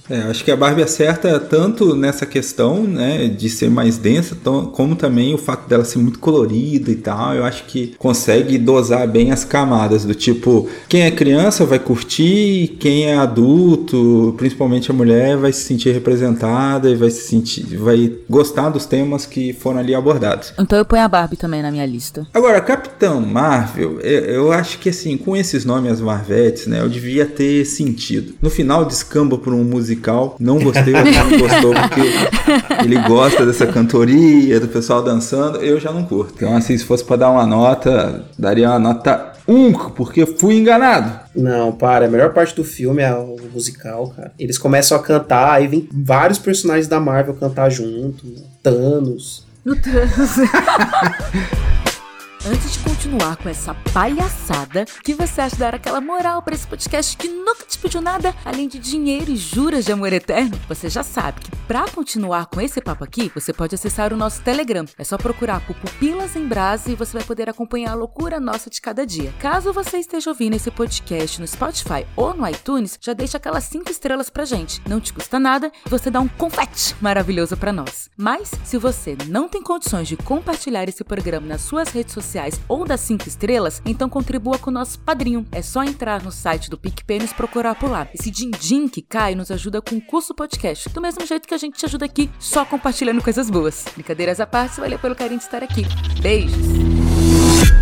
Speaker 1: É, acho que a Barbie acerta tanto nessa questão, né, de ser mais densa, como também o fato dela ser muito colorida e tal, eu acho que consegue dosar bem as camadas, do tipo, quem é criança vai curtir, quem é adulto, principalmente a mulher, vai se sentir representada e vai se sentir... Vai gostar dos temas que foram ali abordados.
Speaker 3: Então eu ponho a Barbie também na minha lista.
Speaker 1: Agora, Capitão Marvel, eu, eu acho que assim, com esses nomes Marvettes, né, eu devia ter sentido. No final descamba por um musical, não gostei, o não gostou porque ele gosta dessa cantoria, do pessoal dançando, eu já não curto. Então assim, se fosse para dar uma nota, daria uma nota um, porque fui enganado.
Speaker 2: Não, para. A melhor parte do filme é o musical, cara. Eles começam a cantar, aí vem vários personagens da Marvel cantar junto. Thanos.
Speaker 3: No Thanos. Antes de continuar com essa palhaçada, que você acha dar aquela moral para esse podcast que nunca te pediu nada além de dinheiro e juras de amor eterno? Você já sabe que para continuar com esse papo aqui, você pode acessar o nosso Telegram. É só procurar por Pupilas em Brasa e você vai poder acompanhar a loucura nossa de cada dia. Caso você esteja ouvindo esse podcast no Spotify ou no iTunes, já deixa aquelas 5 estrelas pra gente. Não te custa nada e você dá um confete maravilhoso para nós. Mas, se você não tem condições de compartilhar esse programa nas suas redes sociais, ou das 5 estrelas, então contribua com o nosso padrinho. É só entrar no site do PicPay e nos procurar por lá. Esse din-din que cai nos ajuda com o curso podcast, do mesmo jeito que a gente te ajuda aqui, só compartilhando coisas boas. Brincadeiras à parte, valeu pelo carinho de estar aqui. Beijos!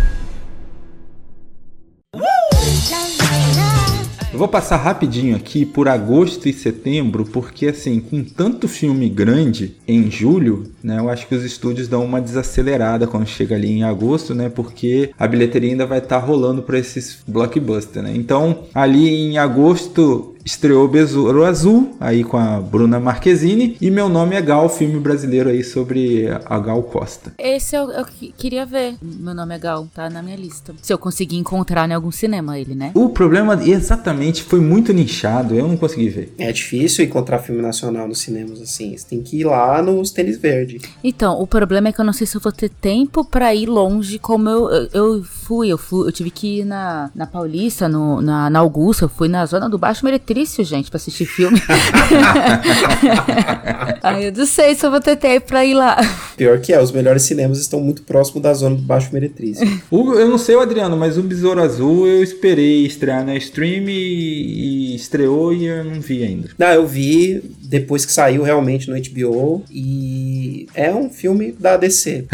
Speaker 1: Eu vou passar rapidinho aqui por agosto e setembro, porque assim, com tanto filme grande em julho, né, eu acho que os estúdios dão uma desacelerada quando chega ali em agosto, né, porque a bilheteria ainda vai estar tá rolando para esses blockbusters, né? Então, ali em agosto estreou Besouro Azul, aí com a Bruna Marquezine, e Meu Nome é Gal, filme brasileiro aí sobre a Gal Costa.
Speaker 3: Esse eu, eu queria ver. Meu Nome é Gal, tá na minha lista. Se eu conseguir encontrar em algum cinema ele, né?
Speaker 1: O problema, exatamente, foi muito nichado, eu não consegui ver.
Speaker 2: É difícil encontrar filme nacional nos cinemas assim, você tem que ir lá nos tênis verde.
Speaker 3: Então, o problema é que eu não sei se eu vou ter tempo pra ir longe, como eu, eu, eu fui, eu fui, eu tive que ir na, na Paulista, no, na, na Augusta, eu fui na zona do Baixo Meretê difícil, gente, pra assistir filme. Ai, eu não sei se eu vou ter tempo pra ir lá.
Speaker 2: Pior que é, os melhores cinemas estão muito próximo da zona do Baixo Meretriz.
Speaker 1: o, eu não sei, Adriano, mas o Besouro Azul eu esperei estrear na stream e, e, estreou e eu não vi ainda.
Speaker 2: Não, eu vi depois que saiu realmente no HBO e é um filme da DC.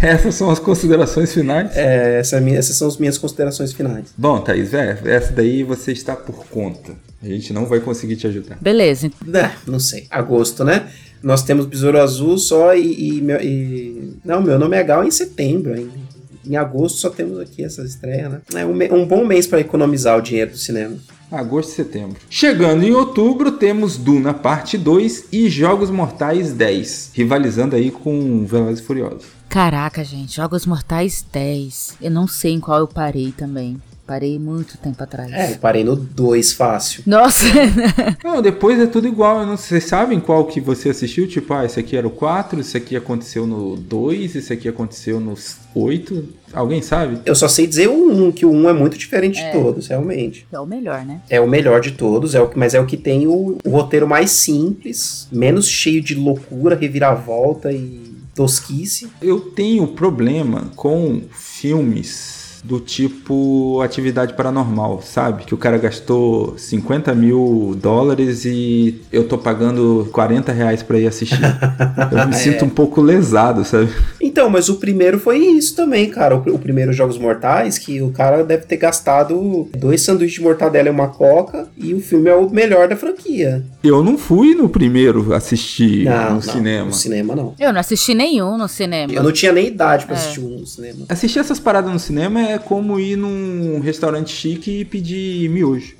Speaker 1: Essas são as considerações finais?
Speaker 2: É, essa é minha, essas são as minhas considerações finais.
Speaker 1: Bom, Thaís, é, essa daí você está por conta. A gente não vai conseguir te ajudar.
Speaker 3: Beleza.
Speaker 2: Não, Né, não sei. Agosto, né? Nós temos Besouro Azul só e, e, e... Não, meu nome é Gal em setembro ainda. Em agosto só temos aqui essas estreias, né? É um, um bom mês para economizar o dinheiro do cinema
Speaker 1: agosto e setembro. Chegando em outubro, temos Duna Parte 2 e Jogos Mortais 10, rivalizando aí com Velozes e Furiosos.
Speaker 3: Caraca, gente, Jogos Mortais 10. Eu não sei em qual eu parei também. Parei muito tempo atrás.
Speaker 2: É, eu parei no 2 fácil.
Speaker 3: Nossa,
Speaker 1: Não, depois é tudo igual. Eu não- Vocês sabem qual que você assistiu? Tipo, ah, esse aqui era o 4, esse aqui aconteceu no 2, esse aqui aconteceu no 8. Alguém sabe?
Speaker 2: Eu só sei dizer o 1, um, que o 1 um é muito diferente de todos, realmente.
Speaker 3: é o melhor, né?
Speaker 2: É o melhor de todos, é o, que- mas é o que tem o, o roteiro mais simples, menos cheio de loucura, reviravolta e tosquice.
Speaker 1: Eu tenho problema com filmes do tipo atividade paranormal, sabe? Que o cara gastou 50 mil dólares e eu tô pagando 40 reais pra ir assistir. Eu me sinto um pouco lesado, sabe?
Speaker 2: Então, mas o primeiro foi isso também, cara. O, pr- o primeiro Jogos Mortais, que o cara deve ter gastado dois sanduíches de mortadela e uma coca, e o filme é o melhor da franquia.
Speaker 1: Eu não fui no primeiro assistir no cinema.
Speaker 2: No cinema não.
Speaker 3: Eu não assisti nenhum no cinema.
Speaker 2: Eu não tinha nem idade pra
Speaker 3: É.
Speaker 2: assistir um no cinema.
Speaker 1: Assistir essas paradas no cinema é como ir num restaurante chique e pedir miojo.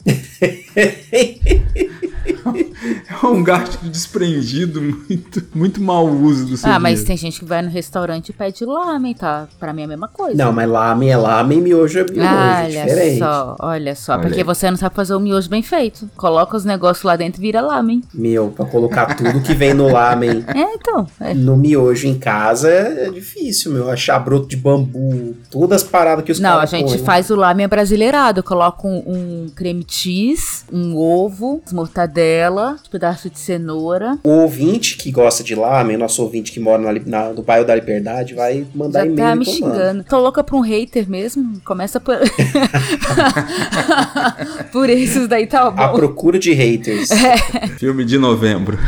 Speaker 1: é um gasto desprendido, muito, muito mau uso do seu
Speaker 3: Ah, mas
Speaker 1: dinheiro.
Speaker 3: tem gente que vai no restaurante e pede lamen, tá? Pra mim é a mesma coisa.
Speaker 2: Não, mas lamen é lamen, miojo é miojo, é
Speaker 3: Olha
Speaker 2: diferente.
Speaker 3: só, olha só.
Speaker 1: Olha
Speaker 3: porque
Speaker 1: aí.
Speaker 3: você não sabe fazer o miojo bem feito. Coloca os negócios lá dentro e vira lamen.
Speaker 2: Meu, pra colocar tudo que vem no lamen
Speaker 3: É, então. é.
Speaker 2: no miojo em casa é é difícil, meu. Achar broto de bambu, todas as paradas que os
Speaker 3: Não, a
Speaker 2: caras
Speaker 3: gente
Speaker 2: põem. né?
Speaker 3: faz o lamen brasileirado. Coloca um, um creme cheese, um ovo, mortadela, um pedaço de cenoura.
Speaker 2: O ouvinte que gosta de lamen, nosso ouvinte que mora na, li- na, no bairro da Liberdade, vai mandar
Speaker 3: Já
Speaker 2: e-mail
Speaker 3: tá me
Speaker 2: reclamando.
Speaker 3: xingando. Tô louca pra um hater mesmo? Começa por. por esses daí tá
Speaker 2: A
Speaker 3: bom.
Speaker 2: procura de haters.
Speaker 1: Filme de novembro.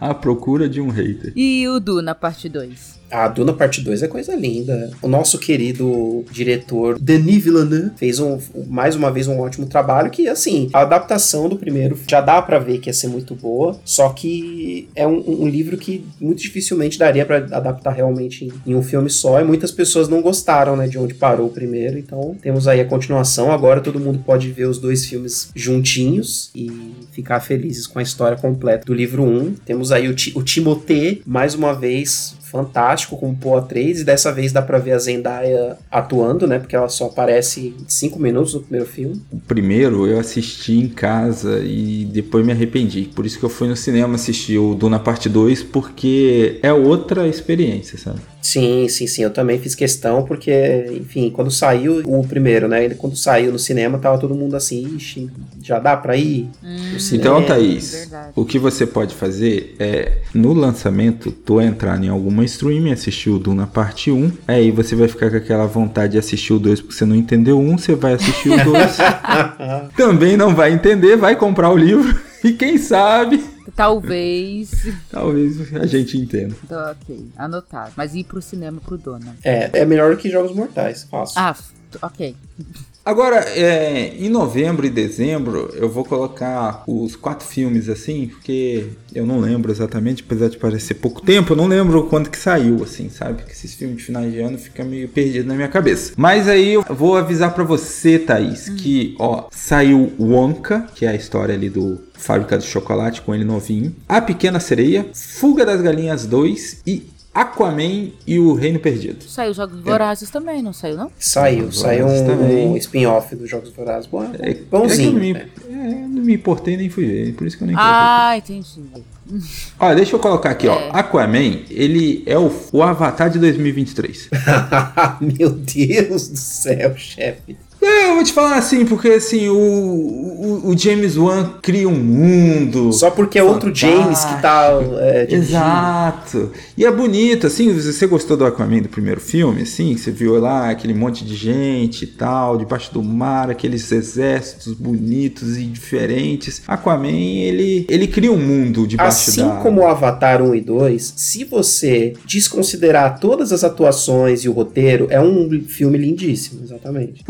Speaker 1: A procura de um hater.
Speaker 3: E o Du na parte 2?
Speaker 2: A Duna Parte 2 é coisa linda. O nosso querido diretor Denis Villeneuve fez um, mais uma vez um ótimo trabalho que, assim, a adaptação do primeiro já dá pra ver que ia ser muito boa, só que é um, um livro que muito dificilmente daria pra adaptar realmente em, em um filme só, e muitas pessoas não gostaram, né, de onde parou o primeiro, então temos aí a continuação, agora todo mundo pode ver os dois filmes juntinhos e ficar felizes com a história completa do livro 1. Temos aí o, Ti- o Timothée, mais uma vez, fantástico com o Poa 3, e dessa vez dá pra ver a Zendaya atuando, né? Porque ela só aparece 5 minutos no primeiro filme.
Speaker 1: O primeiro eu assisti em casa e depois me arrependi. Por isso que eu fui no cinema assistir o Duna Parte 2, porque é outra experiência, sabe?
Speaker 2: Sim, sim, sim, eu também fiz questão, porque, enfim, quando saiu o primeiro, né? Ele quando saiu no cinema, tava todo mundo assim, ixi, já dá pra ir?
Speaker 3: Hum,
Speaker 2: O
Speaker 1: Então,
Speaker 2: cinema.
Speaker 1: Thaís,
Speaker 3: verdade.
Speaker 1: o que você pode fazer é, no lançamento, tu entrar em alguma stream e assistir o Duna parte 1, aí você vai ficar com aquela vontade de assistir o 2 porque você não entendeu um, você vai assistir o 2, tá. também não vai entender, vai comprar o livro e quem sabe,
Speaker 3: Talvez.
Speaker 1: talvez a gente entenda.
Speaker 3: Tá, ok, anotado. Mas ir pro cinema pro Dona.
Speaker 2: é, é melhor que Jogos Mortais, fácil.
Speaker 3: Ah, f- ok.
Speaker 1: Agora, é, em novembro e dezembro, eu vou colocar os quatro filmes assim, porque eu não lembro exatamente, apesar de parecer pouco tempo, eu não lembro quando que saiu, assim, sabe? Que esses filmes de final de ano ficam meio perdidos na minha cabeça. Mas aí eu vou avisar pra você, Thaís, que, ó, saiu Wonka, que é a história ali do Fábrica de Chocolate com ele novinho, A Pequena Sereia, Fuga das Galinhas 2 e Aquaman e o Reino Perdido.
Speaker 3: Saiu Jogos Vorazes também, não saiu, não?
Speaker 2: Saiu,
Speaker 1: Jogos
Speaker 2: saiu
Speaker 1: Vorazes
Speaker 2: um,
Speaker 1: também.
Speaker 2: um spin-off dos Jogos Vorazes. Bom,
Speaker 1: tá É,
Speaker 2: bonzinho.
Speaker 1: é que eu não me,
Speaker 2: né?
Speaker 1: é, eu não me importei nem fui ver, por isso que eu nem coloquei.
Speaker 3: Ah, entendi.
Speaker 1: Olha, deixa eu colocar aqui,
Speaker 3: É.
Speaker 1: ó. Aquaman, ele é o, o Avatar de 2023.
Speaker 2: Meu Deus do céu, chefe.
Speaker 1: É, eu vou te falar assim, porque assim, o, o, o James Wan cria um mundo.
Speaker 2: Só porque é outro James que tá. é, dirigindo.
Speaker 1: Exato. E é bonito, assim, você gostou do Aquaman do primeiro filme, assim, você viu lá aquele monte de gente e tal, debaixo do mar, aqueles exércitos bonitos e diferentes. Aquaman, ele, ele cria um mundo debaixo
Speaker 2: Assim
Speaker 1: da
Speaker 2: como o Avatar 1 e 2, se você desconsiderar todas as atuações e o roteiro, é um filme lindíssimo, exatamente.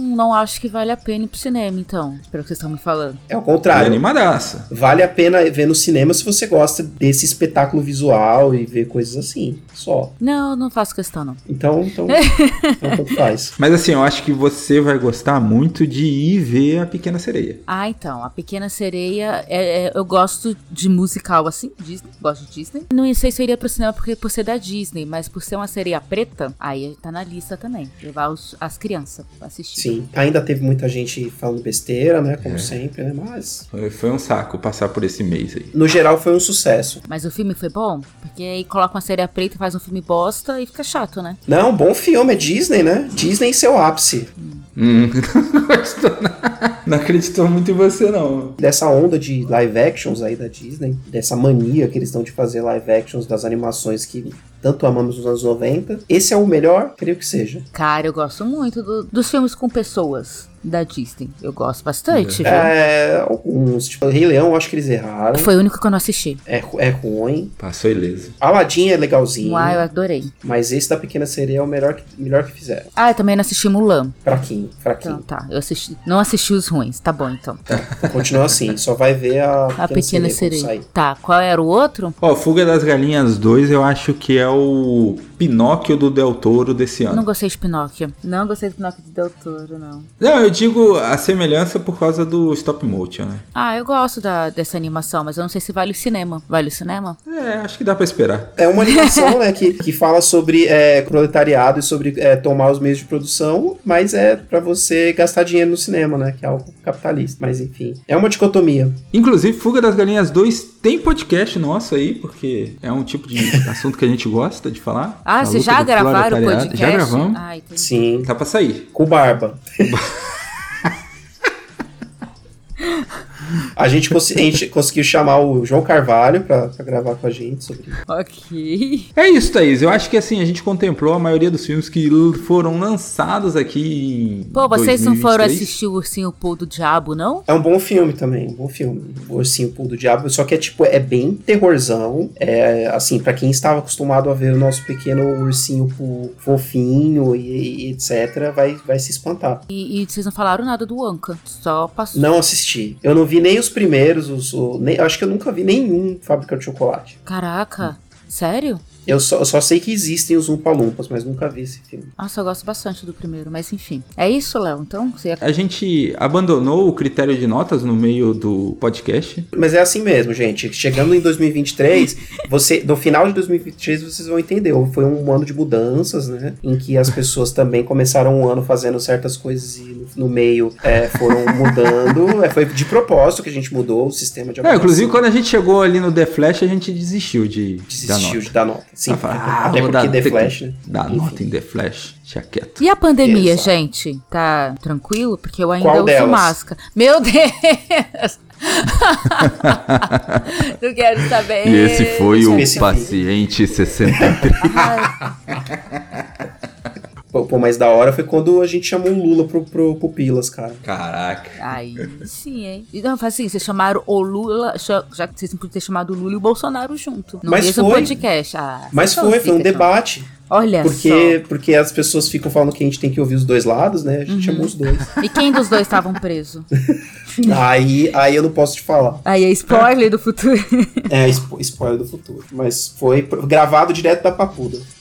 Speaker 3: não acho que vale a pena ir pro cinema, então, pelo que vocês estão me falando.
Speaker 2: É o
Speaker 1: Ela é
Speaker 2: contrário.
Speaker 1: animadaça.
Speaker 2: Vale a pena ver no cinema se você gosta desse espetáculo visual e ver coisas assim, só.
Speaker 3: Não, não faço questão, não.
Speaker 2: Então, então, então tanto faz.
Speaker 1: Mas assim, eu acho que você vai gostar muito de ir ver a Pequena Sereia.
Speaker 3: Ah, então, A Pequena Sereia, é- é- eu gosto de musical assim, Disney, gosto de Disney. Não sei se eu iria pro cinema porque, por ser da Disney, mas por ser uma sereia preta, aí tá na lista também. Levar os- as crianças pra assistir.
Speaker 2: Sim, ainda teve muita gente falando besteira, né? Como sempre, né? Mas.
Speaker 1: Foi- Foi um saco passar por esse mês aí.
Speaker 2: No geral foi um sucesso.
Speaker 3: Mas o filme foi bom? Porque aí coloca uma sereia preta e faz um filme bosta e fica chato, né?
Speaker 2: Não, bom filme, é Disney, né? Disney em seu ápice.
Speaker 1: Hum, não gostou nada. Não acreditou muito em você, não.
Speaker 2: Dessa onda de live actions aí da Disney, dessa mania que eles estão de fazer live actions das animações que tanto amamos nos anos 90. Esse é o melhor, creio que seja.
Speaker 3: Cara, eu gosto muito do- dos filmes com pessoas da Disney. Eu gosto bastante, viu?
Speaker 2: É, alguns, tipo, Rei Leão, eu acho que eles erraram.
Speaker 3: Foi o único que eu não assisti.
Speaker 2: É, ru- é ruim.
Speaker 1: Passou ileso.
Speaker 2: Aladdin é legalzinho.
Speaker 3: Uai, Ah, eu adorei.
Speaker 2: Mas esse da Pequena Sereia é o melhor que, melhor que fizeram.
Speaker 3: Ah, eu também não assisti Mulan.
Speaker 2: Fraquinho, fraquinho.
Speaker 3: Então tá, eu assisti. Não assisti os ruins, tá bom então.
Speaker 2: Continua assim, só vai ver a Pequena,
Speaker 3: A Pequena Sereia.
Speaker 2: quando sair.
Speaker 3: Tá, qual era o outro?
Speaker 1: Ó, Fuga das Galinhas 2 eu acho que é o Pinóquio do Del Toro desse ano.
Speaker 3: Não gostei de Pinóquio. Não gostei de Pinóquio de Del Toro, não.
Speaker 1: Não, eu digo a semelhança por causa do stop motion, né?
Speaker 3: Ah, eu gosto da, dessa animação, mas eu não sei se vale o cinema. Vale o cinema?
Speaker 1: É, acho que dá pra esperar.
Speaker 2: É uma animação, né, que, que fala sobre é, proletariado e sobre é, tomar os meios de produção, mas é pra você gastar dinheiro no cinema, né, que é algo capitalista. Mas enfim, é uma dicotomia.
Speaker 1: Inclusive, Fuga das Galinhas 2 tem podcast nosso aí, porque é um tipo de assunto que a gente gosta de falar.
Speaker 3: Ah,
Speaker 1: A
Speaker 3: vocês
Speaker 1: luta
Speaker 3: já
Speaker 1: do
Speaker 3: gravaram o
Speaker 1: proletariado.
Speaker 3: podcast?
Speaker 1: Já gravamos.
Speaker 3: Ah, entendi.
Speaker 2: Sim,
Speaker 1: Tá pra sair.
Speaker 2: com barba. A gente, cons- a gente conseguiu chamar o João Carvalho pra, pra gravar com a gente sobre
Speaker 3: Ok.
Speaker 1: É isso, Thaís. Eu acho que assim, a gente contemplou a maioria dos filmes que l- foram lançados aqui em
Speaker 3: Pô, vocês não foram
Speaker 1: 2023.
Speaker 3: assistir o Ursinho Poo do Diabo, não?
Speaker 2: É um bom filme também, um bom filme. O Ursinho Pulo do Diabo, só que é tipo, é bem terrorzão. É assim, pra quem estava acostumado a ver o nosso pequeno ursinho Poo fofinho e, e etc, vai, vai se espantar.
Speaker 3: E, e vocês não falaram nada do Anka. Só passou.
Speaker 2: Não assisti. Eu não vi nem os primeiros, os, o- nem- eu acho que eu nunca vi nenhum Fábrica de Chocolate.
Speaker 3: Caraca. Sério?
Speaker 2: Eu só, eu só sei que existem os Umpalumpas, mas nunca vi esse filme.
Speaker 3: Nossa, eu gosto bastante do primeiro, mas enfim. É isso, Léo? Então, você ia...
Speaker 1: A gente abandonou o critério de notas no meio do podcast.
Speaker 2: Mas é assim mesmo, gente. Chegando em 2023, você, no final de 2023, vocês vão entender. Foi um ano de mudanças, né? Em que as pessoas também começaram o ano fazendo certas coisas e no, no meio é, foram mudando. É, foi de propósito que a gente mudou o sistema de
Speaker 1: É, inclusive, quando a gente chegou ali no The Flash, a gente desistiu de da
Speaker 2: desistiu
Speaker 1: nota.
Speaker 2: de dar nota. Sim,
Speaker 1: Ah, fala,
Speaker 2: ah,
Speaker 1: vou
Speaker 2: até porque
Speaker 1: dar-
Speaker 2: The
Speaker 1: tem que
Speaker 2: Flash, né?
Speaker 1: Dar
Speaker 2: Enfim.
Speaker 1: nota em The Flash, deixa quieto.
Speaker 3: E a pandemia,
Speaker 2: Exato.
Speaker 3: gente? Tá tranquilo? Porque eu ainda
Speaker 2: Qual
Speaker 3: uso
Speaker 2: delas?
Speaker 3: máscara. Meu Deus! Não quero saber.
Speaker 1: E esse foi o
Speaker 2: Especifica.
Speaker 1: paciente 63.
Speaker 3: Ai,
Speaker 2: Pô, pô, mas da hora foi quando a gente chamou o Lula pro, pro Pupilas, cara.
Speaker 1: Caraca.
Speaker 3: aí sim, hein? Então, faz assim, vocês chamaram o Lula, cha- já que vocês não podiam ter chamado o Lula e o Bolsonaro junto. No
Speaker 2: Mas
Speaker 3: mesmo
Speaker 2: foi.
Speaker 3: um podcast. Ah,
Speaker 2: Mas
Speaker 3: então
Speaker 2: foi, foi um
Speaker 3: fica, então.
Speaker 2: debate.
Speaker 3: Olha
Speaker 2: Porque, porque as pessoas ficam falando que a gente tem que ouvir os dois lados, né? A
Speaker 3: Uhum.
Speaker 2: gente chamou os dois.
Speaker 3: só. E quem dos dois estavam presos?
Speaker 2: Aí, aí eu não posso te falar.
Speaker 3: Aí é spoiler do futuro.
Speaker 2: É, spo- spoiler do futuro. Mas foi pro- gravado direto da Papuda.